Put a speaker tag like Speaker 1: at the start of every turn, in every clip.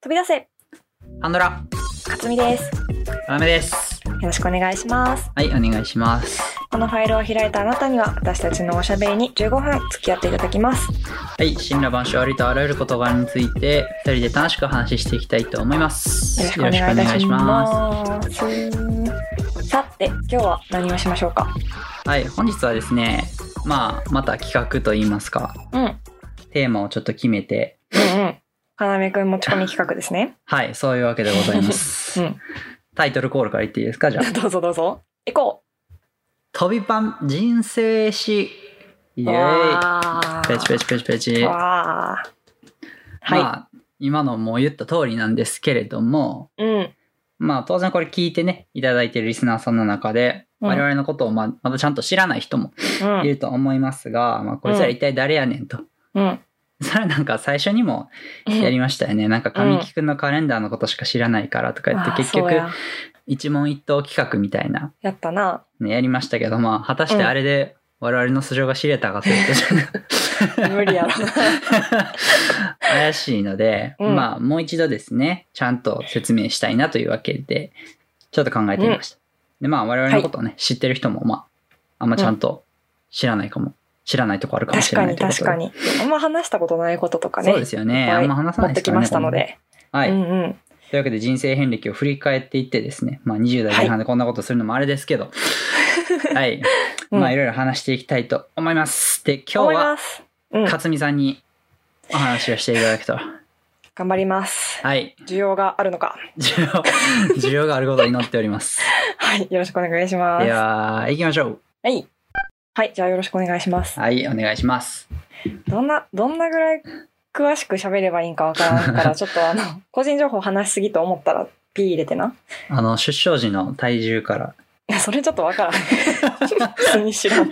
Speaker 1: 飛び出せ
Speaker 2: ハンドラ、
Speaker 1: 勝美です
Speaker 2: なめです。
Speaker 1: よろしくお願いします
Speaker 2: はい、お願いします。
Speaker 1: このファイルを開いたあなたには私たちのおしゃべりに15分付き合っていただきます
Speaker 2: はい、神羅万象ありとあらゆる事柄について、二人で楽しく話していきたいと思います。
Speaker 1: よろしくお願いいたしますさて今日は何をしましょうか
Speaker 2: す。はい、本日はですね、まあ、また企画といいますか、
Speaker 1: うんうん
Speaker 2: テーマをちょっと決めて、
Speaker 1: うんかなめくん持ち込み企画ですね
Speaker 2: はい、そういうわけでござい ます。
Speaker 1: うん
Speaker 2: タイトルコールから言っていいですか、じゃあ。
Speaker 1: どうぞどうぞ行こ
Speaker 2: 飛びパン人生史。
Speaker 1: う
Speaker 2: イエーイ。
Speaker 1: わー
Speaker 2: ペチペチペチペチ。
Speaker 1: わーはい、
Speaker 2: まあ、今のも言った通りなんですけれども、
Speaker 1: うん
Speaker 2: まあ当然これ聞いてね、いただいてるリスナーさんの中で、
Speaker 1: うん
Speaker 2: 我々のことをままだちゃんと知らない人も
Speaker 1: うん
Speaker 2: いると思いますが、まあこいつら一体誰やねんと。
Speaker 1: うん
Speaker 2: それはなんか最初にもやりましたよね。なんか神木くんのカレンダーのことしか知らないからとか言って、
Speaker 1: あー
Speaker 2: 結
Speaker 1: そうや
Speaker 2: 局一問一答企画みたいな、
Speaker 1: やったな
Speaker 2: ね、やりましたけど、まあ果たしてあれで我々の素性が知れたかというと、ちょっと
Speaker 1: 無理やろ
Speaker 2: 怪しいので、
Speaker 1: うん
Speaker 2: まあもう一度ですね、ちゃんと説明したいなというわけで、ちょっと考えてみました。で、まあ我々のことをね、知ってる人も、まあ、あんまちゃんと知らないかも、知らないとこあるかも
Speaker 1: 確
Speaker 2: しれ
Speaker 1: か
Speaker 2: ない
Speaker 1: に
Speaker 2: ということ
Speaker 1: 確
Speaker 2: で。
Speaker 1: かにあんま話したことないこととかね
Speaker 2: そうですよね。
Speaker 1: はい
Speaker 2: あんま話さ
Speaker 1: 持
Speaker 2: ない
Speaker 1: っ
Speaker 2: で
Speaker 1: て
Speaker 2: す
Speaker 1: き
Speaker 2: からね。
Speaker 1: ましたので、
Speaker 2: こんなの。はい、
Speaker 1: うんうん
Speaker 2: というわけで人生遍歴を振り返っていってですね、まあ20代前半でこんなことするのもあれです けど、はい。
Speaker 1: うん
Speaker 2: まあいろいろ話していきたいと思います。で、今
Speaker 1: 思
Speaker 2: 日
Speaker 1: い
Speaker 2: は
Speaker 1: ます、うん、
Speaker 2: 勝美さんにお話をしていただくと。
Speaker 1: 頑張ります
Speaker 2: はい。
Speaker 1: 需要があるのか
Speaker 2: 需要、需要があることを祈っております。
Speaker 1: はいよろしくお願いします
Speaker 2: では、行きましょう。
Speaker 1: はいはいじゃあよろしくお願いします
Speaker 2: はい、お願いします。
Speaker 1: どんなどんなぐらい詳しく喋ればいいんかわからんから ちょっとあの個人情報話しすぎと思ったらピー入れてな
Speaker 2: あの、出生時の体重から。
Speaker 1: それちょっとわからん 普通に 知らん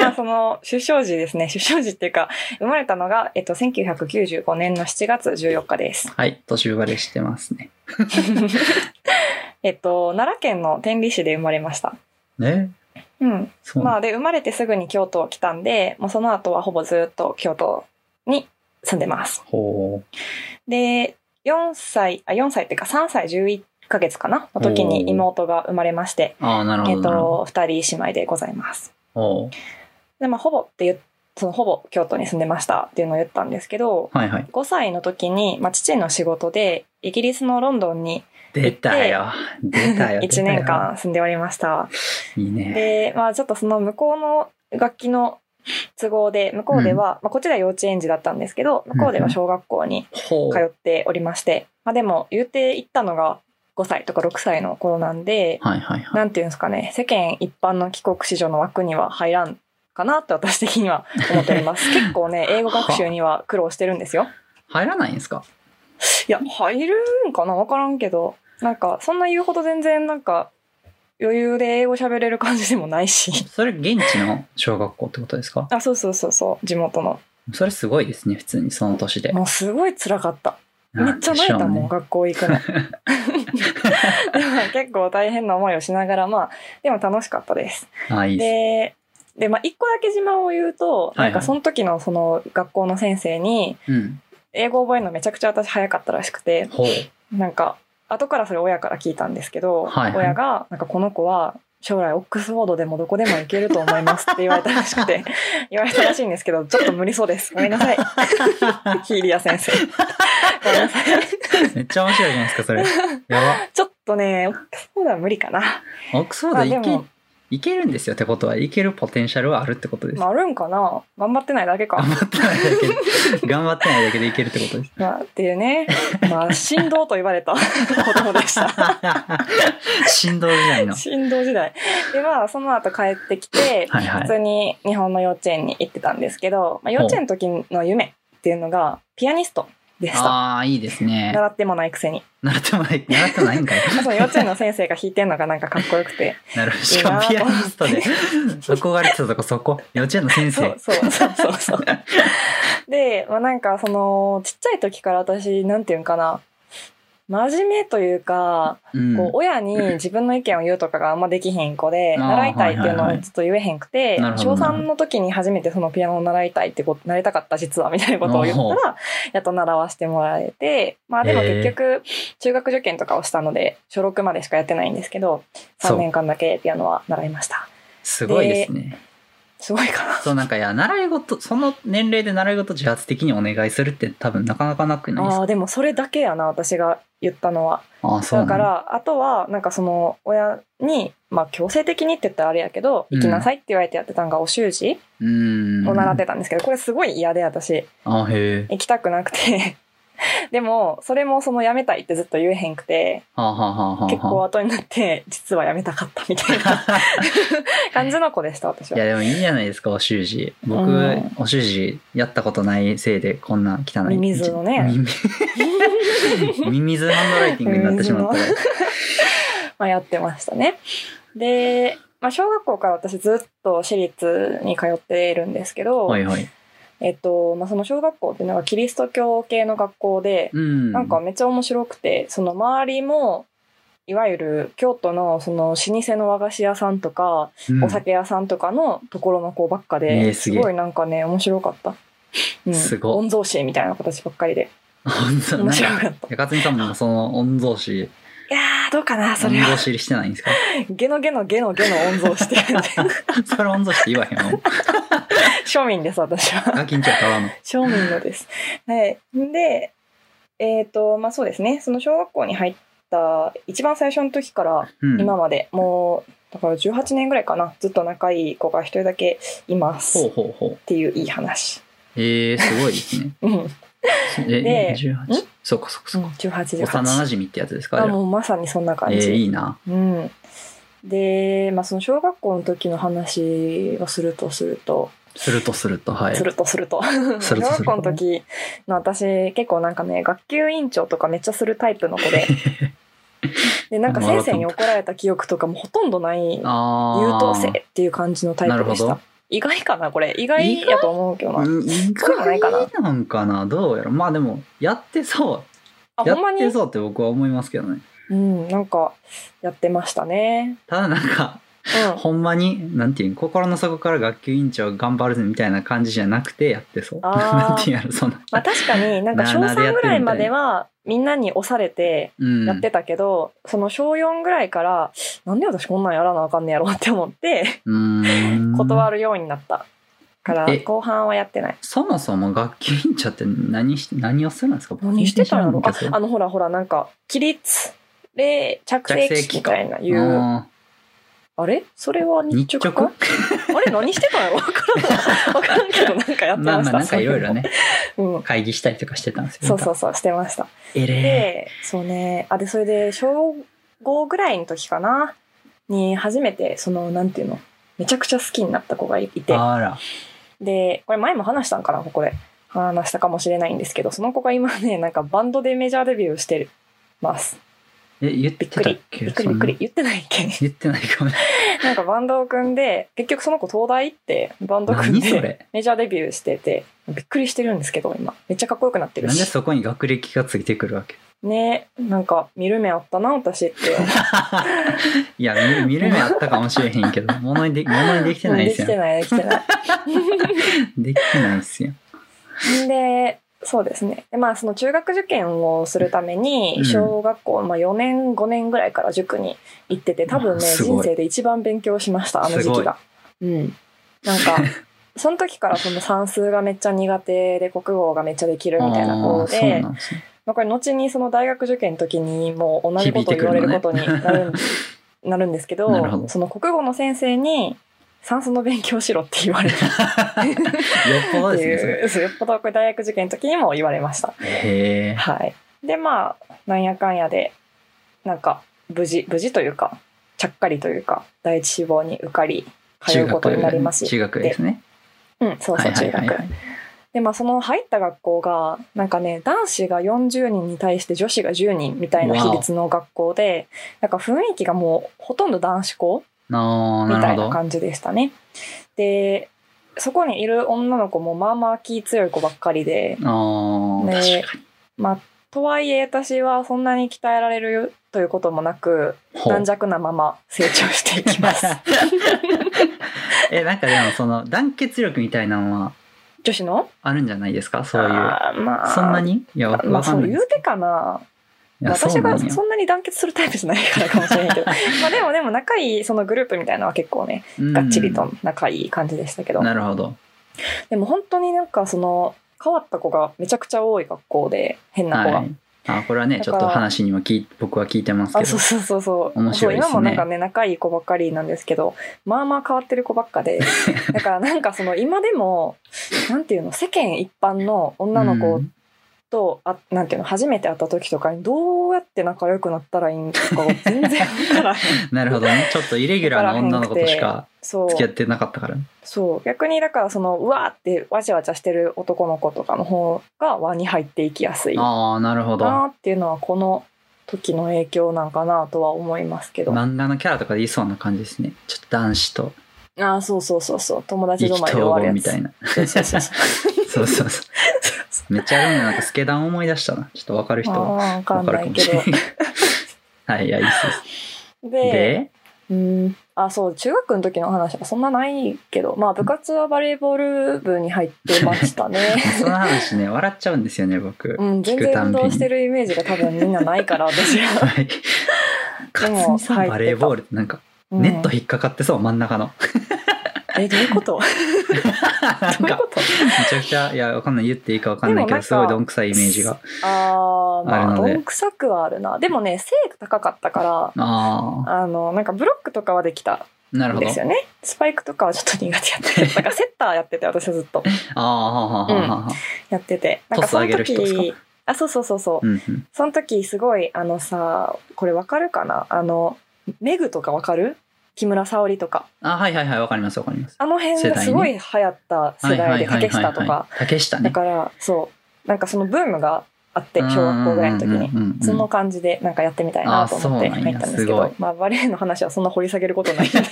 Speaker 1: まあその出生時ですね出生時っていうか生まれたのが、えっと、1995年の7月14日です
Speaker 2: はい、年生まれしてますね。
Speaker 1: えっと、奈良県の天理市で生まれました。
Speaker 2: ね
Speaker 1: うん。
Speaker 2: そう、
Speaker 1: まあ、で、生まれてすぐに京都来たんで、もうその後はほぼずっと京都に住んでます。
Speaker 2: ほう。
Speaker 1: で、4歳、あ、4歳っていうか3歳11ヶ月かなの時
Speaker 2: お
Speaker 1: に
Speaker 2: ー
Speaker 1: 妹が生まれまして、
Speaker 2: ああ、なる
Speaker 1: え
Speaker 2: ほど
Speaker 1: っ
Speaker 2: なるほど。
Speaker 1: と、二人姉妹でございます。
Speaker 2: ほ
Speaker 1: で、まあ、ほぼっていう、そのほぼ京都に住んでましたっていうのを言ったんですけど、
Speaker 2: う。はいはい。
Speaker 1: 5歳の時に、まあ、父の仕事で、イギリスのロンドンに
Speaker 2: 出たよ。出たよ。出た
Speaker 1: 1
Speaker 2: よ
Speaker 1: 年。間住んでおりました。
Speaker 2: いいね。
Speaker 1: で、まあちょっとその向こうの楽器の都合で、向こうでは、まあこっちでは幼稚園児だったんですけど、向こうでは小学校に
Speaker 2: ほ
Speaker 1: 通
Speaker 2: う。
Speaker 1: っておりまして、まあでも言うて行ったのが5歳とか6歳の頃なんで、
Speaker 2: はいはいはい。
Speaker 1: なんていうんですかね、世間一般の帰国子女の枠には入らんかなと私的には思っており ます。結構ね、英語学習には苦労してるんですよ。
Speaker 2: 入らないんですか
Speaker 1: いや、入るんかなわからんけど、なんかそんな言うほど全然なんか余裕で英語喋れる感じでもないし。
Speaker 2: それ現地の小学校ってことですか
Speaker 1: あ、そうそうそうそう、地元の。
Speaker 2: それすごいですね、普通にその年で。
Speaker 1: もうすごい辛かった。めっちゃ泣いたもん、
Speaker 2: なんでしょうね。
Speaker 1: 学校 行くの。でも結構大変な思いをしながら、まあ、でも楽しかったです。
Speaker 2: ああ、いいです。
Speaker 1: で、で、まあ、一個だけ自慢を言うと、
Speaker 2: はいはい
Speaker 1: なんかその時のその学校の先生に、
Speaker 2: うん。
Speaker 1: 英語覚えるのめちゃくちゃ私早かったらしくて、
Speaker 2: ほう。
Speaker 1: なんか、後からそれ親から聞いたんですけど、
Speaker 2: はいはい
Speaker 1: 親が、なんかこの子は、将来オックスフォードでもどこでも行けると思いますって言われたらしく て、言われたらしいんですけど、ちょっと無理そうです。ごめんなさい。 ヒーリア先生。ごめんなさい。
Speaker 2: めっちゃ面白いじゃないですか、それ。やば。
Speaker 1: ちょっとね、オックスフォードは無理かな。
Speaker 2: オックスフォード
Speaker 1: まあ
Speaker 2: いけ,、
Speaker 1: でも
Speaker 2: いけるんですよってことはいけるポテンシャルはあるってことです。
Speaker 1: まあ、あるんかな頑張ってないだけか
Speaker 2: 頑。張ってないだ けで頑張ってないだけでいけるってことです。
Speaker 1: まあ、っていうね。まあ、振動と言われた 子供で した。
Speaker 2: 振動時代の。
Speaker 1: 振動時代。で、まあ、その後帰ってきて、
Speaker 2: はいは
Speaker 1: 普
Speaker 2: い。
Speaker 1: 通に日本の幼稚園に行ってたんですけど、まあ、幼稚園の時の夢っていうのが、ピアニストでした。
Speaker 2: ああ、いいですね。
Speaker 1: 習ってもないくせに。
Speaker 2: 習ってもない、習ってもないんかい。
Speaker 1: まあその幼稚園の先生が弾いてんのがなんかかっこよくて。
Speaker 2: なるほど。しかもピアニストで、憧れてたとこそこ。幼稚園の先
Speaker 1: そう
Speaker 2: 生。
Speaker 1: そうそうそうそう。で、まあ、なんかそのちっちゃい時から私なんていうんかな真面目というか、
Speaker 2: うん。
Speaker 1: こう親に自分の意見を言うとかがあんまできへん子で、
Speaker 2: あー
Speaker 1: 習いたいっていうのをずっと言えへんくて、
Speaker 2: はいはいはい
Speaker 1: 小3の時に初めてそのピアノを習いたいってこと、なりたかった実はみたいなことを言った
Speaker 2: お
Speaker 1: ら、やっと習わせてもらえて、まあでも
Speaker 2: へー
Speaker 1: 結局、中学受験とかをしたので、小6までしかやってないんですけど、
Speaker 2: そう
Speaker 1: 3年間だけピアノは習いました。
Speaker 2: すごいですね。
Speaker 1: すごいかな。
Speaker 2: そう、なんか、いや、習い事、その年齢で習い事自発的にお願いするって多分なかなかなくないです
Speaker 1: あ
Speaker 2: か
Speaker 1: あ、でもそれだけやな、私が言ったのは。
Speaker 2: ああ、そうな
Speaker 1: だ
Speaker 2: ん
Speaker 1: から、あとは、なんかその、親に、まあ強制的にって言ったらあれやけど、
Speaker 2: うん
Speaker 1: 行きなさいって言われてやってたのがお習字
Speaker 2: うん。
Speaker 1: を習ってたんですけど、これすごい嫌で私、
Speaker 2: ああ、へえ。
Speaker 1: 行きたくなくて。 でも、それもその辞めたいってずっと言えへんくて、
Speaker 2: はあ、はあはあはあ、
Speaker 1: 結構後になって、実は辞めたかったみたい な感じの子でした、私
Speaker 2: いや
Speaker 1: は。
Speaker 2: でもいいじゃないですかお習字僕、
Speaker 1: うん
Speaker 2: お習字やったことないせいでこんな汚い
Speaker 1: ミミズのね
Speaker 2: ミミ ミミズハンドライティングになってしまった
Speaker 1: ミミまあやってましたね。で、まあ小学校から私ずっと私立に通っているんですけど、
Speaker 2: はいはい
Speaker 1: えっと、まあその小学校っていうのがキリスト教系の学校で、
Speaker 2: うん
Speaker 1: なんかめっちゃ面白くて、その周りも、いわゆる京都のその老舗の和菓子屋さんとか、
Speaker 2: うん
Speaker 1: お酒屋さんとかのところの子ばっか
Speaker 2: え
Speaker 1: で、
Speaker 2: えす
Speaker 1: す
Speaker 2: げえ
Speaker 1: ごいなんかね、面白かった。うん、
Speaker 2: すごい
Speaker 1: 御曹司みたいな形ばっかりで、
Speaker 2: 本当
Speaker 1: 面
Speaker 2: なん
Speaker 1: 白
Speaker 2: か
Speaker 1: かった。い
Speaker 2: かつみさんもその御曹司
Speaker 1: やー、どうかな、そ
Speaker 2: 御
Speaker 1: れ
Speaker 2: 曹
Speaker 1: は。
Speaker 2: 司入りしてないんですか
Speaker 1: ゲノゲノゲノゲノ御曹司って 感じ。
Speaker 2: それ御曹司って言わへんの
Speaker 1: 庶民です、私は。
Speaker 2: ガキンチョからの
Speaker 1: 庶民のです。 はい。で、えっ、と、まあそうですね、その小学校に入った一番最初の時から、
Speaker 2: うん
Speaker 1: 今までもうだから18年ぐらいかなずっと仲いい子が一人だけいます
Speaker 2: ほう
Speaker 1: っ
Speaker 2: ほうほう
Speaker 1: ていういい話、
Speaker 2: ええすごいですね
Speaker 1: うん、
Speaker 2: え
Speaker 1: で
Speaker 2: 18そうかそうかそうか、
Speaker 1: 1818
Speaker 2: 幼馴染ってやつですか
Speaker 1: あ
Speaker 2: じゃあ
Speaker 1: もうまさにそんな感
Speaker 2: え
Speaker 1: じ、
Speaker 2: えいいな
Speaker 1: うん、で、まあ、その小学校の時の話をするとすると、
Speaker 2: するとするとはい
Speaker 1: するとすると
Speaker 2: す
Speaker 1: 小
Speaker 2: ると
Speaker 1: 学校の時の私結構なんかね学級委員長とかめっちゃするタイプの子 ででなんか先生に怒られた記憶とかもほとんどない
Speaker 2: ああ
Speaker 1: 優等生っていう感じのタイプでし
Speaker 2: なるほ
Speaker 1: た
Speaker 2: ど。
Speaker 1: 意外かなこれ。意外やと思うけどな。
Speaker 2: 意
Speaker 1: そうじゃな
Speaker 2: 外
Speaker 1: いかな
Speaker 2: なんかなどうやろまあでもやってそう
Speaker 1: あ、
Speaker 2: や
Speaker 1: ほんま
Speaker 2: っ
Speaker 1: に
Speaker 2: てそうって僕は思いますけどね
Speaker 1: うん、なんか、やってましたね。
Speaker 2: ただなんか
Speaker 1: うん。
Speaker 2: ほんまになんていうん心の底から学級委員長頑張るぜみたいな感じじゃなくてやってそう
Speaker 1: あー
Speaker 2: なんていうんやろその
Speaker 1: まあ確かになんか
Speaker 2: な
Speaker 1: 小
Speaker 2: なんで
Speaker 1: 3
Speaker 2: やってるみたいな
Speaker 1: ぐらいまではみんなに押されて
Speaker 2: うん
Speaker 1: やってたけど、その小4ぐらいから、なんで私こんなんやらなあかんねやろって思って、
Speaker 2: うーん
Speaker 1: 断るようになった。から
Speaker 2: え、
Speaker 1: 後半はやってない。
Speaker 2: そもそも学級委員長って何し何をするんですか
Speaker 1: 何してたんやろ
Speaker 2: 僕
Speaker 1: あ
Speaker 2: 全然知らんけ、ど
Speaker 1: あのほらほら、なんか、起立、礼、着
Speaker 2: 着
Speaker 1: 席
Speaker 2: 席
Speaker 1: み
Speaker 2: か
Speaker 1: たいな言う。
Speaker 2: あ
Speaker 1: あれそれは
Speaker 2: ー
Speaker 1: 日
Speaker 2: 日
Speaker 1: 直
Speaker 2: 直
Speaker 1: かあれ何してたんやろ分からん。分からんけど、なんかやって
Speaker 2: まあ
Speaker 1: まし
Speaker 2: まあ
Speaker 1: た。
Speaker 2: なんかいろいろね
Speaker 1: そういうの。うん。
Speaker 2: 会議したりとかしてたんですよ
Speaker 1: そうそうそう、してました。
Speaker 2: えれ
Speaker 1: で、そうね。あ、で、それで、小5ぐらいの時かな。に、初めて、その、なんていうの。めちゃくちゃ好きになった子がいて。
Speaker 2: あら
Speaker 1: で、これ前も話したんかな、ここで。話したかもしれないんですけど、その子が今ね、 なんかバンドでメジャーデビューしてます。
Speaker 2: え言ってたっけ
Speaker 1: びっくりびっくり。言ってないっけ
Speaker 2: 言ってないかも
Speaker 1: なんかバンドを組んで、結局その子東大行って、バンド組ん
Speaker 2: 何そ
Speaker 1: で、
Speaker 2: れ
Speaker 1: メジャーデビューしてて、びっくりしてるんですけど、今。めっちゃかっこよくなってる
Speaker 2: なんで
Speaker 1: し。
Speaker 2: そこに学歴がついてくるわけ
Speaker 1: ねなんか見る目あったな、私って。
Speaker 2: いや見見る目あったかもしれへんけど物にで物にできてないで
Speaker 1: ですき
Speaker 2: よ
Speaker 1: てない、できて ない。
Speaker 2: できてないですよ
Speaker 1: で、そうですね。で、まあ、その中学受験をするため
Speaker 2: う
Speaker 1: に
Speaker 2: ん、
Speaker 1: 小学校、まあ、4年、5年ぐらいから塾に行ってて、多分ね、
Speaker 2: あすごい
Speaker 1: 人生で一番勉強しました、あの時期が。うん。なん か、その時からその算数がめっちゃ苦手で、国語がめっちゃできるみたいな
Speaker 2: あ
Speaker 1: 子
Speaker 2: ーそう
Speaker 1: で
Speaker 2: な、んですね
Speaker 1: まあ、これ後にその大学受験の時にもう同じことを言われることにな るん, 、なるんですけど
Speaker 2: なるほど
Speaker 1: その国語の先生に算数の勉強しろって言われたっ
Speaker 2: よっぽど
Speaker 1: て
Speaker 2: ですねそ
Speaker 1: い
Speaker 2: れ
Speaker 1: う そうよっぽどこれ大学受験の時にも言われました。
Speaker 2: へえ
Speaker 1: はい、でまあなんやかんやでなんか無事無事というかちゃっかりというか第一志望に受かり通うことになりますし
Speaker 2: 中学ですね
Speaker 1: うん、そうそう中学。でまあその入った学校がなんかね男子が40人に対して女子が10人みたいな比率の学校でなんか雰囲気がもうほとんど男子校
Speaker 2: あー
Speaker 1: み
Speaker 2: な
Speaker 1: たい
Speaker 2: るほ
Speaker 1: な
Speaker 2: ど
Speaker 1: 感じでしたね。でそこにいる女の子もまあまあ気強い子ばっかりで、
Speaker 2: あー
Speaker 1: ね
Speaker 2: 確かに
Speaker 1: まあ、とはいえ私はそんなに鍛えられるということもなく
Speaker 2: ほう
Speaker 1: 軟弱なまま成長していきます
Speaker 2: え、なんかでもその団結力みたいなのは
Speaker 1: 女子の
Speaker 2: あるんじゃないですかそういう。
Speaker 1: あーまあ
Speaker 2: そんなにいや、わ
Speaker 1: まあ
Speaker 2: わか
Speaker 1: そ
Speaker 2: んな
Speaker 1: う
Speaker 2: いで
Speaker 1: 言
Speaker 2: す
Speaker 1: う。てかない
Speaker 2: や、そ
Speaker 1: 私
Speaker 2: うな
Speaker 1: が
Speaker 2: んや
Speaker 1: そんなに団結するタイプじゃないからかもしれ ないけどまあでもでも仲いいそのグループみたいなのは結構ねがっちりと仲いい感じでしたけど、
Speaker 2: うんなるほど。
Speaker 1: でも本当になんかその変わった子がめちゃくちゃ多い学校で変な子が、
Speaker 2: はい。あ、これはね、
Speaker 1: だ
Speaker 2: ち
Speaker 1: か
Speaker 2: ょっ
Speaker 1: ら
Speaker 2: と話にも聞い僕は聞いてますけ
Speaker 1: あそう
Speaker 2: ど。
Speaker 1: そうそうそう
Speaker 2: 面白いですね
Speaker 1: そう今もなんかね仲いい子ばっかりなんですけどまあまあ変わってる子ばっか でだからなんかその今でもなんていうの世間一般の女の
Speaker 2: う
Speaker 1: 子
Speaker 2: ん
Speaker 1: と、あなんていうの初めて会った時とかにどうやって仲良くなったらいいんかが全然分か らへん
Speaker 2: なるほど ね。ちょっとイレギュラーな女の子としか
Speaker 1: そう
Speaker 2: 付き合ってなかったから。
Speaker 1: そう逆にだからそのうわーってわちゃわちゃしてる男の子とかの方が輪に入っていきやすい
Speaker 2: ああ、なるほど。
Speaker 1: なっていうのはこの時の影響なんかなとは思いますけど、
Speaker 2: 漫画のキャラとかで言いそうな感じですね。ちょっと男子と
Speaker 1: ああそうそうそうそう友達
Speaker 2: 意気
Speaker 1: 止まりで終
Speaker 2: 投
Speaker 1: わる
Speaker 2: 合
Speaker 1: や
Speaker 2: み
Speaker 1: つ
Speaker 2: たいな。
Speaker 1: そうそうそう
Speaker 2: そうそうそう。めっちゃあるね。なんかスケダン思い出したな。ちょっとわかる人
Speaker 1: あ
Speaker 2: は
Speaker 1: あわか
Speaker 2: わ
Speaker 1: ん
Speaker 2: かる
Speaker 1: な
Speaker 2: か
Speaker 1: い
Speaker 2: も
Speaker 1: け
Speaker 2: しれ
Speaker 1: ど
Speaker 2: ない。はい、いや、いいっ
Speaker 1: で
Speaker 2: す。で、
Speaker 1: うんあそう中学の時の話はそんなないけどまあ部活はバレーボール部に入ってましたね
Speaker 2: その話ね、笑っちゃうんですよね、僕。
Speaker 1: うん全然運動して
Speaker 2: る。
Speaker 1: るイメージが多分みんなないから私は、
Speaker 2: はい。かつみさ
Speaker 1: 入ってた
Speaker 2: んバレーボールってなんか、
Speaker 1: うん
Speaker 2: ネット引っかかってそう、真ん中の。
Speaker 1: えどういうこと
Speaker 2: なん
Speaker 1: どういう
Speaker 2: か
Speaker 1: こ、と
Speaker 2: めちゃくちゃ、いや、わかんない。言っていいかわかんない
Speaker 1: で
Speaker 2: け
Speaker 1: もなん
Speaker 2: ど、
Speaker 1: か
Speaker 2: すごいどんくさいイメージが。
Speaker 1: あーまあ
Speaker 2: あるの
Speaker 1: ど
Speaker 2: で
Speaker 1: んくさくはあるなでもね背が高かったから
Speaker 2: あ
Speaker 1: あのなんかブロックとかはできた
Speaker 2: あ、なるほど。
Speaker 1: ですよねスパイクとかはちょっと苦手やったけどだからセッターやってて私はずっと
Speaker 2: ああ、はあはあはあはあ。
Speaker 1: やっててなん
Speaker 2: ト
Speaker 1: か
Speaker 2: ス
Speaker 1: そ
Speaker 2: 上
Speaker 1: の
Speaker 2: げる人ですか
Speaker 1: 時あそうそうそうそう、
Speaker 2: うんうん。
Speaker 1: その時すごいあのさこれわかるかなあのメグとかわかる木村沙織とか
Speaker 2: あ、はいはいはい、わかりますわかります。
Speaker 1: あの辺がすごい流行った世代で竹下とか
Speaker 2: い。竹下
Speaker 1: だ
Speaker 2: ね。
Speaker 1: からそうなんかそのブームがあって小学校ぐらいの時に
Speaker 2: うんうんうんうん
Speaker 1: そ の感じでなんかやってみたいなと思って
Speaker 2: あそうなんや
Speaker 1: 入ったんですけ
Speaker 2: すごい
Speaker 1: どまあバレエの話はそんな掘り下げること ないんで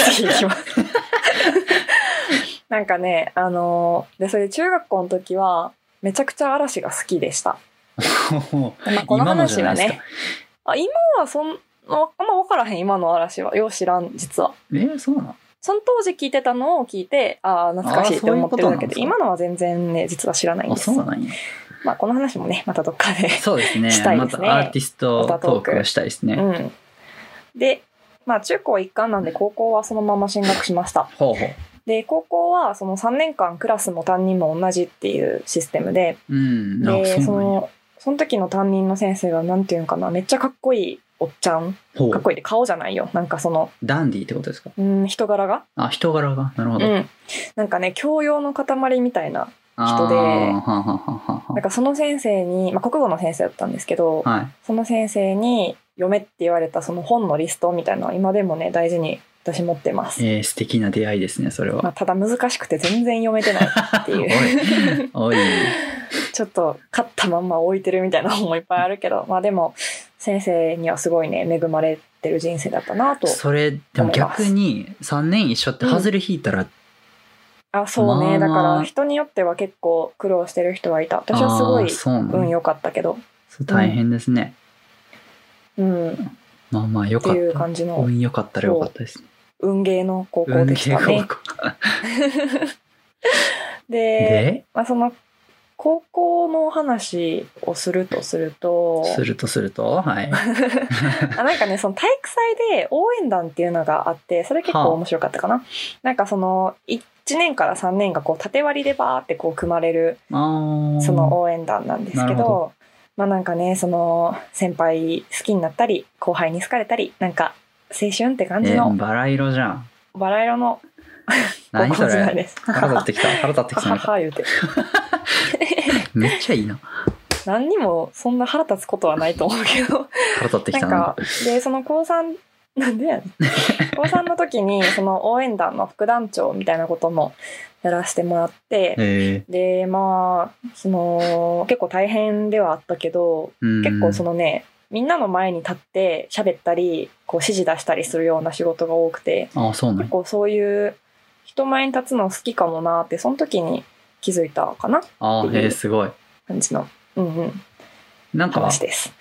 Speaker 1: 次行きます。なんかねあのーでそれで中学校の時はめちゃくちゃ嵐が好きでした。まあ、この
Speaker 2: 今も
Speaker 1: 話
Speaker 2: じゃな
Speaker 1: はい
Speaker 2: です
Speaker 1: ね
Speaker 2: か。
Speaker 1: あ今はそんああんま分からへん今の嵐はよう知らん実は。
Speaker 2: えー、そうなの
Speaker 1: その当時聞いてたのを聞いてああ懐かしいって思ってるだけ
Speaker 2: あーそういうことなんです
Speaker 1: で
Speaker 2: か
Speaker 1: 今のは全然ね実は知らないん
Speaker 2: あ
Speaker 1: です
Speaker 2: そうなんや。
Speaker 1: まあこの話もねまたどっかで
Speaker 2: そうです ね。
Speaker 1: したい
Speaker 2: ま
Speaker 1: です
Speaker 2: た
Speaker 1: ね
Speaker 2: アーティストトークをしたいですね。
Speaker 1: うん、で、まあ、中高一貫なんで高校はそのまま進学しました
Speaker 2: ほうほう。
Speaker 1: で高校はその3年間クラスも担任も同じっていうシステムで
Speaker 2: うん。あ、
Speaker 1: でそ
Speaker 2: そうなんや。
Speaker 1: のその時の担任の先生がなんていうんかなめっちゃかっこいいおっちゃん
Speaker 2: ほ
Speaker 1: かっ
Speaker 2: う。
Speaker 1: こいいで顔じゃないよなんかその
Speaker 2: ダンディってことですか
Speaker 1: うん人柄が、
Speaker 2: あ、人柄が。なるほ
Speaker 1: う
Speaker 2: ど。
Speaker 1: ん、なんかね教養の塊みたいな
Speaker 2: あ
Speaker 1: 人で
Speaker 2: ーはあはあはあ
Speaker 1: なん
Speaker 2: は
Speaker 1: かその先生に、まあ、国語の先生だったんですけど
Speaker 2: あはい。
Speaker 1: その先生に読めって言われたその本のリストみたいなのは今でもね大事に私持ってます。
Speaker 2: えー、素敵な出会いですね、それ
Speaker 1: まあ、
Speaker 2: は。
Speaker 1: ただ難しくて全然読めてないっていう
Speaker 2: おい。おい。
Speaker 1: ちょっと勝ったまんま置いてるみたいな本もいっぱいあるけどまあでも先生にはすごいね恵まれてる人生だったなと
Speaker 2: それ、でも逆に3年一緒って外れ引いたら、
Speaker 1: あそうね
Speaker 2: ま
Speaker 1: だ
Speaker 2: あ
Speaker 1: から人によっては結構苦労してる人はいた私はすご
Speaker 2: あー
Speaker 1: い
Speaker 2: そうなん
Speaker 1: 運良かったけど
Speaker 2: そう大変ですね。
Speaker 1: うんっ
Speaker 2: まあまあ、よ
Speaker 1: て
Speaker 2: かっ
Speaker 1: いう
Speaker 2: た。
Speaker 1: 感じの
Speaker 2: 運良かったらよかったですね。
Speaker 1: 運ゲーの高校
Speaker 2: 運
Speaker 1: でし
Speaker 2: 慶
Speaker 1: たね。
Speaker 2: 高校。
Speaker 1: で
Speaker 2: で、
Speaker 1: まあ、その高校の話をするとすると
Speaker 2: するとすると、 はい。
Speaker 1: あなんかねその体育祭で応援団っていうのがあってそれ結
Speaker 2: はあ
Speaker 1: 構面白かったかな。なんかその1年から3年がこう縦割りでバーってこう組まれる
Speaker 2: あー
Speaker 1: その応援団なんです
Speaker 2: な
Speaker 1: け
Speaker 2: るほ
Speaker 1: ど。
Speaker 2: ど
Speaker 1: まあなんかねその先輩好きになったり後輩に好かれたりなんか青春って感じ
Speaker 2: え
Speaker 1: の
Speaker 2: バラ色じゃん。
Speaker 1: バラ色の高
Speaker 2: 何
Speaker 1: 校
Speaker 2: そ
Speaker 1: 時代
Speaker 2: れ
Speaker 1: です。
Speaker 2: 腹立ってきた。腹立ってきた。
Speaker 1: は
Speaker 2: なんか
Speaker 1: は言うて
Speaker 2: めっちゃいいな。
Speaker 1: 何にもそんな腹立つことはないと思うけど
Speaker 2: 腹立ってき
Speaker 1: な
Speaker 2: た
Speaker 1: ん
Speaker 2: な
Speaker 1: か。、で、その高3、なんでやねん高3の時に、その応援団の副団長みたいなこともやらせてもらって、
Speaker 2: え
Speaker 1: で、まあ、その、結構大変ではあったけど、
Speaker 2: ー、
Speaker 1: 結構そ
Speaker 2: の、
Speaker 1: のね、みんなの前に立って喋ったり、こう指示出したりするような仕事が多くて、
Speaker 2: ああ、そうなん
Speaker 1: 結
Speaker 2: や
Speaker 1: 構そういう人前に立つの好きかもなって、その時に気づいたかな
Speaker 2: ああ、えー、すごい。
Speaker 1: 感じの。うんうん。
Speaker 2: なんか
Speaker 1: 話、です。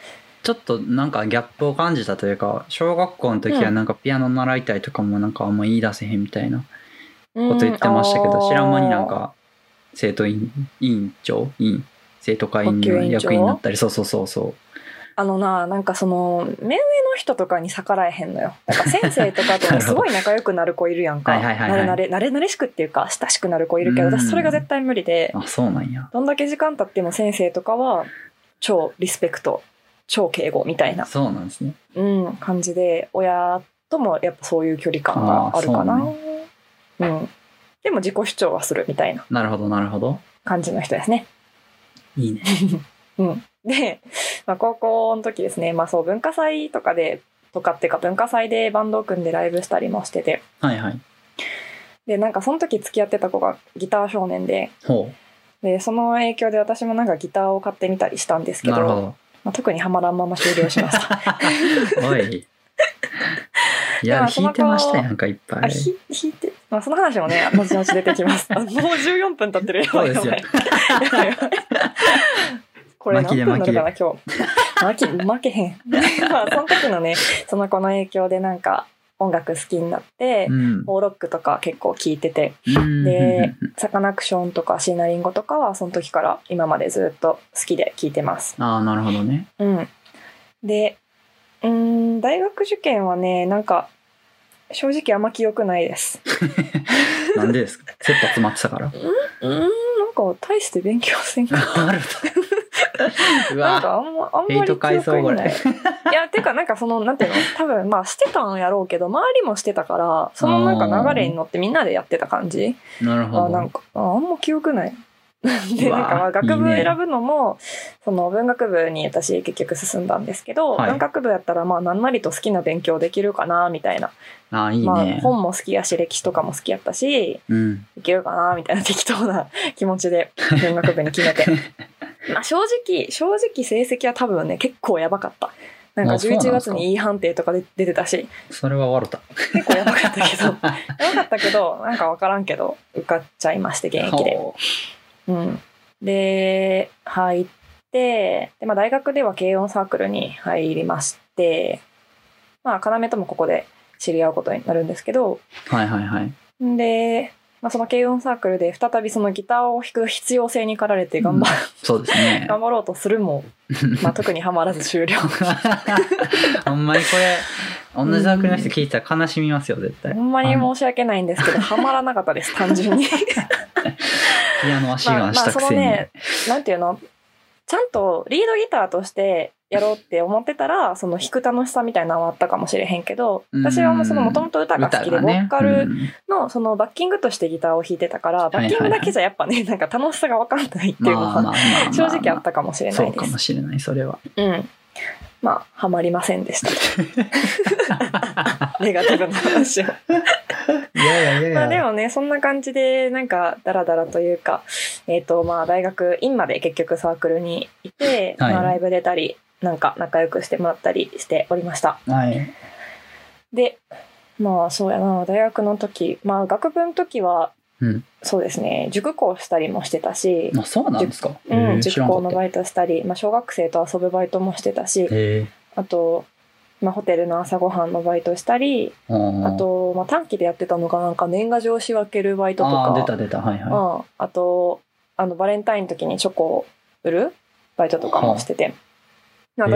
Speaker 2: ちょっとなんかギャップを感じたというか、小学校の時はなんかピアノ習いたいとかもなんかあんま言い出せへんみたいな
Speaker 1: こ
Speaker 2: こと言ってましたけど、知らん間になんか、生徒委員、委員長委員生徒会
Speaker 1: 学級委
Speaker 2: の
Speaker 1: 員長
Speaker 2: 役員になったり、そうそうそうそう。
Speaker 1: あのな、なんかその、目上の人とかに逆らえへんのよ。なんか先生とか ともすごい仲良くなる子いるやんか。
Speaker 2: はいはいはいはい
Speaker 1: 慣れ慣れ、慣れ慣れしくっていうか、親しくなる子いるけど、
Speaker 2: うん
Speaker 1: 私それが絶対無理で、
Speaker 2: あ、そうなんや。
Speaker 1: どんだけ時間経っても先生とかは、超リスペクト、超敬語みたいな、
Speaker 2: そうなんですね。
Speaker 1: うん、感じで、親ともやっぱそういう距離感があるか
Speaker 2: あ
Speaker 1: な。
Speaker 2: ー
Speaker 1: うん。でも自己主張はするみたいな
Speaker 2: なるほど、なるほど。
Speaker 1: 感じの人ですね。
Speaker 2: いいね。
Speaker 1: うん、で、まあ、高校の時ですね、まあ、そう文化祭とかでとかっていうか文化祭でバンドを組んでライブしたりもしてて
Speaker 2: はいはい。
Speaker 1: でなんかその時付き合ってた子がギター少年で
Speaker 2: ほ
Speaker 1: でその影響で私もなんかギターを買ってみたりしたんです
Speaker 2: う。
Speaker 1: けど
Speaker 2: なるほ ど。
Speaker 1: まあ、特にハマらんまま終了しました
Speaker 2: おい。い
Speaker 1: で
Speaker 2: や、
Speaker 1: もその
Speaker 2: 弾いてましたやんか、いっぱ
Speaker 1: あ
Speaker 2: い。
Speaker 1: ひ弾いて、まあ、その話もね後々出てきます あもう14分経ってるや
Speaker 2: そ
Speaker 1: ば
Speaker 2: う
Speaker 1: い
Speaker 2: で
Speaker 1: や
Speaker 2: すよ
Speaker 1: ばい。やばいやばい これ何分なるかな今日負け負けへん まあその時のねその子の影響でなんか音楽好きになって、
Speaker 2: うん。
Speaker 1: フォーロックとか結構聞いてて
Speaker 2: うん
Speaker 1: でサカナクションとかシーナリンゴとかはその時から今までずっと好きで聞いてます
Speaker 2: ああ、なるほどね。
Speaker 1: うんでうーん大学受験はねなんか正直あんま記憶ないです
Speaker 2: なんでですか切羽詰まってたから。
Speaker 1: うーんなんか大して勉強せ んか
Speaker 2: ある う
Speaker 1: なん
Speaker 2: わ。
Speaker 1: かあんま、あん
Speaker 2: ヘ
Speaker 1: ま
Speaker 2: イ
Speaker 1: り
Speaker 2: ト
Speaker 1: 記
Speaker 2: 改造
Speaker 1: 憶にない。
Speaker 2: ぐらい
Speaker 1: いや、てかなんかその、なんていうの多分まあしてたんやろうけど、周りもしてたから、そのなんか流れに乗ってみんなでやってた感じ
Speaker 2: なる
Speaker 1: あ
Speaker 2: ほ
Speaker 1: なん
Speaker 2: ど。
Speaker 1: か、ああんま記憶ない。 で、
Speaker 2: うわ
Speaker 1: なんかまあ学部
Speaker 2: いいね
Speaker 1: 選ぶのも、その文学部に私結局進んだんですけど、
Speaker 2: はい
Speaker 1: 文学部やったらまあなんなりと好きな勉強できるかな、みたいな。
Speaker 2: ああ、いい
Speaker 1: まあ
Speaker 2: ね。
Speaker 1: 本も好きやし、歴史とかも好きやったし、
Speaker 2: うん。
Speaker 1: いけるかなみたいな適当な 気持ちで文学部に決め てまあ正直正直成績は多分ね結構やばかったなんか
Speaker 2: あそうなんです
Speaker 1: 11
Speaker 2: か
Speaker 1: 月に E 判定とかで出てたし
Speaker 2: それは笑った。
Speaker 1: 結構やばかった けどやばかったけどなんか分からんけど受かっちゃいまして現役で、
Speaker 2: ほ
Speaker 1: うん、で入ってで、まあ、大学では軽音サークルに入りましてまあ要ともここで知り合うことになるんですけど
Speaker 2: うはいはいはい。
Speaker 1: で、まあ、その軽音サークルで再びそのギターを弾く必要性に駆られて頑張,、。
Speaker 2: そうですね
Speaker 1: 頑張ろうとするも、まあ、特にはまらず終了
Speaker 2: ほんまにこれ、同じサークルの人聞いたら悲しみますよ、絶対。
Speaker 1: ほんまに申し訳ないんですけ どはまらなかったです単純に
Speaker 2: ピアノ足
Speaker 1: まあま
Speaker 2: が
Speaker 1: あ
Speaker 2: した
Speaker 1: そ
Speaker 2: く
Speaker 1: の
Speaker 2: せに
Speaker 1: ね。なんていうのちゃんとリードギターとしてやろうって思ってたらその弾く楽しさみたいなのはあったかもしれへんけど私はもうそのもともと歌が好きで、ボーカル
Speaker 2: うん
Speaker 1: のそのバッキングとしてギターを弾いてたからバッキングだけじゃやっぱねなんか楽しさが分かんないっていうの
Speaker 2: まあまあま
Speaker 1: は
Speaker 2: あまあ
Speaker 1: 正直あったかもしれない
Speaker 2: そ
Speaker 1: で
Speaker 2: う
Speaker 1: す
Speaker 2: か。もしれない、それは。
Speaker 1: うん。まあ、はまりませんで した。ネガティブな話を。
Speaker 2: いやいやいやいや
Speaker 1: まあでもね、そんな感じで、なんか、ダラダラというか、えっ、と、まあ、大学院まで結局サークルにいて、
Speaker 2: はい
Speaker 1: まあ、ライブ出たり、なんか仲良くしてもらったりしておりました。
Speaker 2: はい。
Speaker 1: で、まあ、そうやな、大学の時、まあ、学部の時は、
Speaker 2: うん
Speaker 1: そうですね、塾講したりもしてたし、
Speaker 2: あ、そうなんですか。
Speaker 1: う
Speaker 2: へ
Speaker 1: ん、
Speaker 2: え知
Speaker 1: 塾
Speaker 2: らんか
Speaker 1: 講
Speaker 2: った
Speaker 1: のバイトしたり、まあ、小学生と遊ぶバイトもしてたし、
Speaker 2: へえ
Speaker 1: あと、まあ、ホテルの朝ごはんのバイトしたり、
Speaker 2: あー
Speaker 1: あと、まあ、短期でやってたのがなんか年賀状仕分けるバイトとか
Speaker 2: あー出た出たはいは
Speaker 1: うん、あとあのバレンタインの時にチョコを売るバイトとかもしてて、まあ
Speaker 2: へえ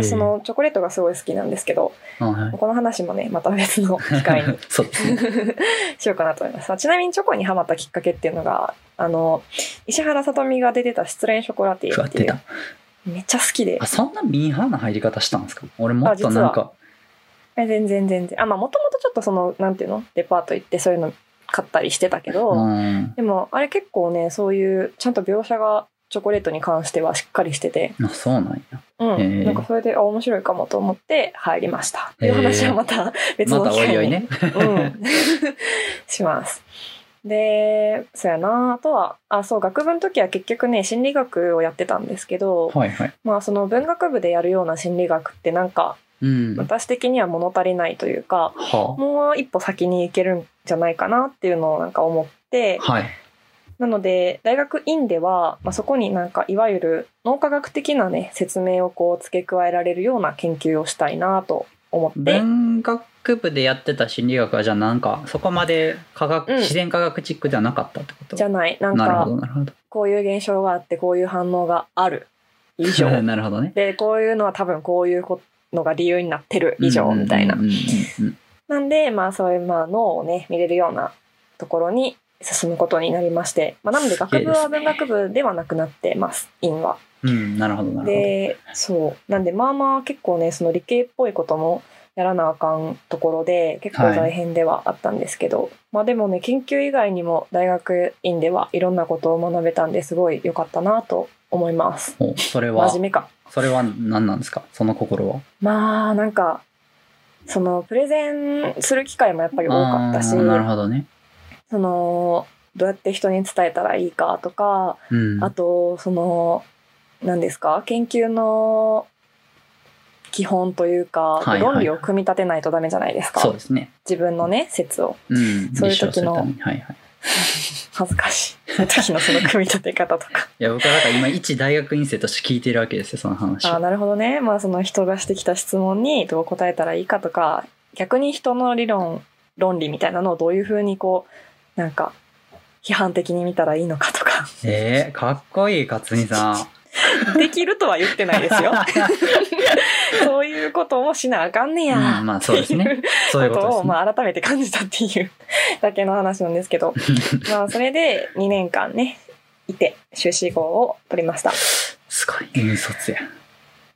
Speaker 1: 私そのチョコレートがすごい好きなんですけど、
Speaker 2: いはい
Speaker 1: この話もねまた別 の機会に
Speaker 2: そうですね
Speaker 1: しようかなと思います、まあちなみにチョコにハマったきっかけっていうのがあの石原さとみが出てた「失恋ショコラティ
Speaker 2: ふ
Speaker 1: エ」
Speaker 2: わ
Speaker 1: っ
Speaker 2: ってて
Speaker 1: いう
Speaker 2: た
Speaker 1: めっちゃ好きで
Speaker 2: あそんなミーハーな入り方したんですか俺もっとなんか
Speaker 1: え全然全然あまあもともとちょっとそのなんていうのデパート行ってそういうの買ったりしてたけど、
Speaker 2: うん
Speaker 1: でもあれ結構ねそういうちゃんと描写がチョコレートに関してはしっかりしてて、
Speaker 2: あそうなんや
Speaker 1: う
Speaker 2: へ
Speaker 1: ん、
Speaker 2: え
Speaker 1: なんかそれであ面白いかもと思って入りましたっていう話はまた 別
Speaker 2: ま
Speaker 1: の
Speaker 2: た
Speaker 1: 機
Speaker 2: おいお
Speaker 1: 会
Speaker 2: い
Speaker 1: に、
Speaker 2: ね
Speaker 1: うん、 します。でそうやなあとはあそう学部の時は結局ね心理学をやってたんですけど、
Speaker 2: はい はい
Speaker 1: まあその文学部でやるような心理学ってなんか
Speaker 2: うん
Speaker 1: 私的には物足りないというか
Speaker 2: は
Speaker 1: もう一歩先に行けるんじゃないかなっていうのをなんか思って
Speaker 2: あはい
Speaker 1: なので、大学院では、まあ、そこになんか、いわゆる脳科学的なね、説明をこう付け加えられるような研究をしたいなと思って、
Speaker 2: 文学部でやってた心理学はじゃあなんかそこまで科学、
Speaker 1: うん
Speaker 2: 自然科学チックではなかったってこと
Speaker 1: じゃない、なん
Speaker 2: なるほ
Speaker 1: か
Speaker 2: ど、なるほど。
Speaker 1: こういう現象があって、こういう反応がある。以 上。
Speaker 2: なるほどね。
Speaker 1: で、こういうのは多分こういうこのが理由になってる。以上、みたいな
Speaker 2: うん。うんうん
Speaker 1: なんで、まあ、そういう、まあ、脳をね、見れるようなところに進むことになりまして、まあ、なので、
Speaker 2: すげ
Speaker 1: 学
Speaker 2: え
Speaker 1: 部
Speaker 2: です
Speaker 1: は
Speaker 2: ね
Speaker 1: 文学部ではなくなってます、院は。
Speaker 2: うん。うん、なるほど、なるほど。
Speaker 1: で、そう。なんで、まあまあ、結構ね、その理系っぽいこともやらなあかんところで、結構大変ではあったんですけど、まあ、でもね、研究以外にも大学院ではいろんなことを学べたんですごい良かったなと思います。
Speaker 2: おそれは
Speaker 1: 真面、目か。
Speaker 2: それは何なんですかその心は。
Speaker 1: まあ、なんか、その、プレゼンする機会もやっぱり多かったし、
Speaker 2: あーなるほどね。
Speaker 1: そのどうやって人に伝えたらいいかとか、
Speaker 2: うん。
Speaker 1: あとその何ですか研究の基本というか、
Speaker 2: はいはい
Speaker 1: 論理を組み立てないとダメじゃないですか
Speaker 2: そうですね。
Speaker 1: 自分のね説を
Speaker 2: うん。
Speaker 1: そういう
Speaker 2: 立証す
Speaker 1: 時
Speaker 2: る
Speaker 1: の
Speaker 2: ためにはいはい。
Speaker 1: 恥ずかしい そういう時のその組み立て方とか
Speaker 2: いや、僕はだから今、一大学院生として聞いてるわけです よ、その話を。
Speaker 1: ああなるほどねまあその人がしてきた質問にどう答えたらいいかとか逆に人の理論論理みたいなのをどういうふうにこうなんか批判的に見たらいいのかと か
Speaker 2: えー、かっこいい、勝美さん。
Speaker 1: できるとは言ってない ですよそういうこともしなあかんねや。
Speaker 2: うんまあそうですね
Speaker 1: っていう
Speaker 2: そういうこ
Speaker 1: こと
Speaker 2: と
Speaker 1: を、まあ、改めて感じたっていうだけの話なんですけど、
Speaker 2: ですね。
Speaker 1: まあ、それで2年間ね、いて、修士号を取りました。
Speaker 2: すごい、引率や。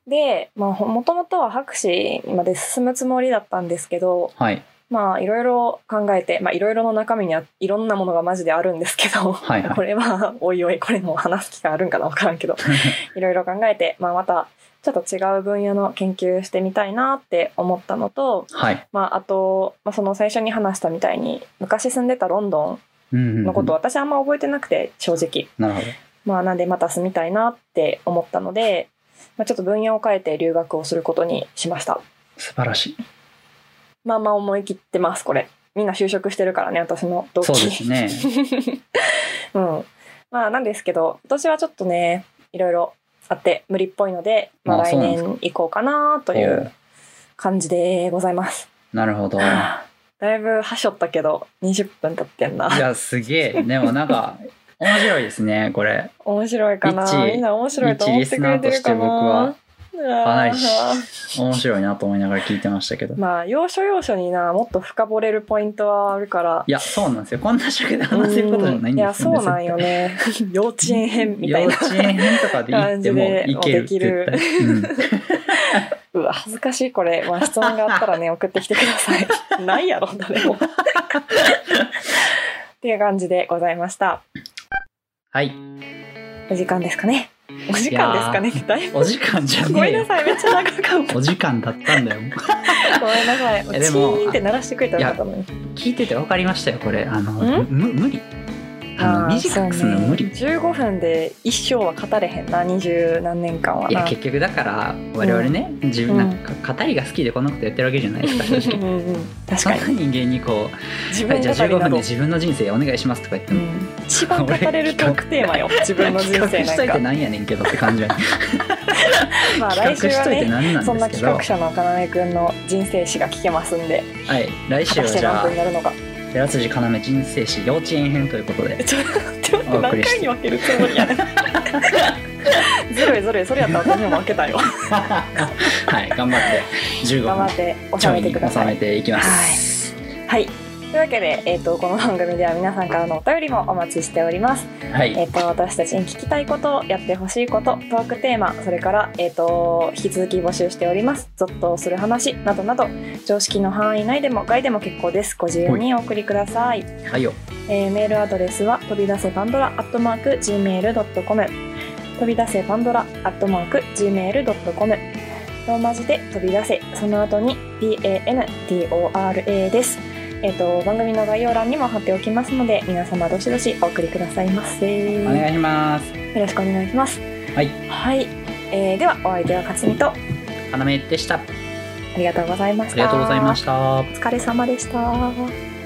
Speaker 1: で、まあ、ほもともとは博士まで進むつもりだったんですけど、
Speaker 2: はい。
Speaker 1: まあ、いろいろ考えて、まあ、いろいろの中身にはいろんなものがマジであるんですけど、
Speaker 2: はいはい
Speaker 1: これは、おいおい、これも話す機会あるんかなわからんけど、いろいろ考えて、まあ、また、ちょっと違う分野の研究してみたいなって思ったのと、
Speaker 2: はい。
Speaker 1: まあ、あと、まあ、その最初に話したみたいに昔住んでたロンド
Speaker 2: うんうんう
Speaker 1: ン
Speaker 2: ん
Speaker 1: のことを私あんま覚えてなくて正直、
Speaker 2: なるほど。
Speaker 1: まあ、なんでまた住みたいなって思ったので、まあ、ちょっと分野を変えて留学をすることにしました
Speaker 2: 素晴らしい。
Speaker 1: まあまあ思い切ってますこれみんな就職してるからね私の同期
Speaker 2: そうですね。
Speaker 1: うんまあなんですけど今年はちょっとねいろいろあって無理っぽいので、まあ、
Speaker 2: あ
Speaker 1: 来
Speaker 2: そうなんです
Speaker 1: 年行こうかなとい
Speaker 2: お
Speaker 1: う
Speaker 2: う
Speaker 1: 感じでございます
Speaker 2: なる ほど。い
Speaker 1: はあだいぶはしょったけど20分経ってんな
Speaker 2: や、すげえ。でもなんか、面白いですね、これ。
Speaker 1: 面白いかな
Speaker 2: 一
Speaker 1: みんな面白いと思ってくれてるかな
Speaker 2: かなり
Speaker 1: あ
Speaker 2: 面白いなと思いながら聞いてましたけど
Speaker 1: ー。まあ要所要所になもっと深掘れるポイントはあるから
Speaker 2: いや、そうなんですよ。こんな尺で話せることじゃないんですよ、
Speaker 1: う
Speaker 2: ね。
Speaker 1: んいやそうなんよ ね幼稚園編みたいな
Speaker 2: 幼稚園編とかで行ってもいける、
Speaker 1: 感じで
Speaker 2: 絶対。うん
Speaker 1: うわ恥ずかしいこれ、まあ、質問があったら ね送ってきてくださいないやろ誰もっていう感じでございました
Speaker 2: はい。
Speaker 1: お時間ですかねお時間ですかねだいぶ
Speaker 2: お時間じゃ
Speaker 1: ご
Speaker 2: ね
Speaker 1: め
Speaker 2: え
Speaker 1: んな
Speaker 2: よ。
Speaker 1: さいめっちゃ長かった
Speaker 2: お時間だったんだよ。
Speaker 1: ごめんなさい
Speaker 2: やで
Speaker 1: チ
Speaker 2: も
Speaker 1: ーンって鳴らしてくれたらよかったのに
Speaker 2: 聞いてて分かりましたよ、これ。あの、
Speaker 1: ん
Speaker 2: む無理。あの、短くするの無理。
Speaker 1: 十五、15分で一生は語れへんな二十何年間はい
Speaker 2: や
Speaker 1: な
Speaker 2: 結局だから我々ね、自分
Speaker 1: うん
Speaker 2: なんか語りが好きでこんなことやってるわけじゃないですか正
Speaker 1: う
Speaker 2: 直
Speaker 1: んうん確
Speaker 2: そん
Speaker 1: か
Speaker 2: な
Speaker 1: に
Speaker 2: 人間にこ
Speaker 1: 自
Speaker 2: う「はい
Speaker 1: 分
Speaker 2: じゃ
Speaker 1: 語
Speaker 2: あ
Speaker 1: り
Speaker 2: 15
Speaker 1: な
Speaker 2: 分で
Speaker 1: ど、
Speaker 2: 自分の人生お願いします」とか言って
Speaker 1: う
Speaker 2: も、
Speaker 1: ん、一番語れるトークテーマよ自分の人生
Speaker 2: 企画しとい
Speaker 1: な
Speaker 2: て
Speaker 1: んか
Speaker 2: なんやねんけどって感じ は
Speaker 1: まあ来
Speaker 2: 企
Speaker 1: 週
Speaker 2: 画し
Speaker 1: は
Speaker 2: といて
Speaker 1: ね
Speaker 2: なんなん
Speaker 1: そんな
Speaker 2: ですけ
Speaker 1: 企
Speaker 2: ど
Speaker 1: 画者のかなえくんの人生史が聞けますんで
Speaker 2: はい来
Speaker 1: 果
Speaker 2: 週
Speaker 1: た
Speaker 2: は
Speaker 1: して何
Speaker 2: じゃあ
Speaker 1: 分になるのか
Speaker 2: 「寺辻要人生史幼稚園編」というこ とで
Speaker 1: ちょっと待って
Speaker 2: お送
Speaker 1: 何
Speaker 2: りして
Speaker 1: 回に分けるつもりやね ずるいずるいそれやったら私も分けたよ
Speaker 2: はい頑張って15
Speaker 1: 頑張
Speaker 2: 分
Speaker 1: って収
Speaker 2: 超
Speaker 1: め
Speaker 2: に
Speaker 1: てくだ
Speaker 2: 収
Speaker 1: さい
Speaker 2: めていきます
Speaker 1: はい。というわけで、えっ、と、この番組では皆さんからのお便りもお待ちしております。
Speaker 2: はい、
Speaker 1: えっ、と、私たちに聞きたいこと、やってほしいこと、トークテーマ、それから、えっ、と、引き続き募集しております。ゾッとする話などなど、常識の範囲内でも外でも結構です。ご自由にお送りください。
Speaker 2: はいよ
Speaker 1: えーメールアドレスは、飛び出せパンドラ、アットマーク、gmail.com。飛び出せパンドラ、アットマーク、gmail.com。ローマ字で飛び出せ、その後に PANDORA です。えっ、と、番組の概要欄にも貼っておきますので、皆様どしどしお送りくださいませ。
Speaker 2: お願いします
Speaker 1: よろしくお願いします。
Speaker 2: はい
Speaker 1: はい。えーでは、お相手はかすみと、あ
Speaker 2: 花芽でしたあ
Speaker 1: りがとうございました。
Speaker 2: りがとうございま
Speaker 1: た。
Speaker 2: した
Speaker 1: お疲れ様でした。
Speaker 2: お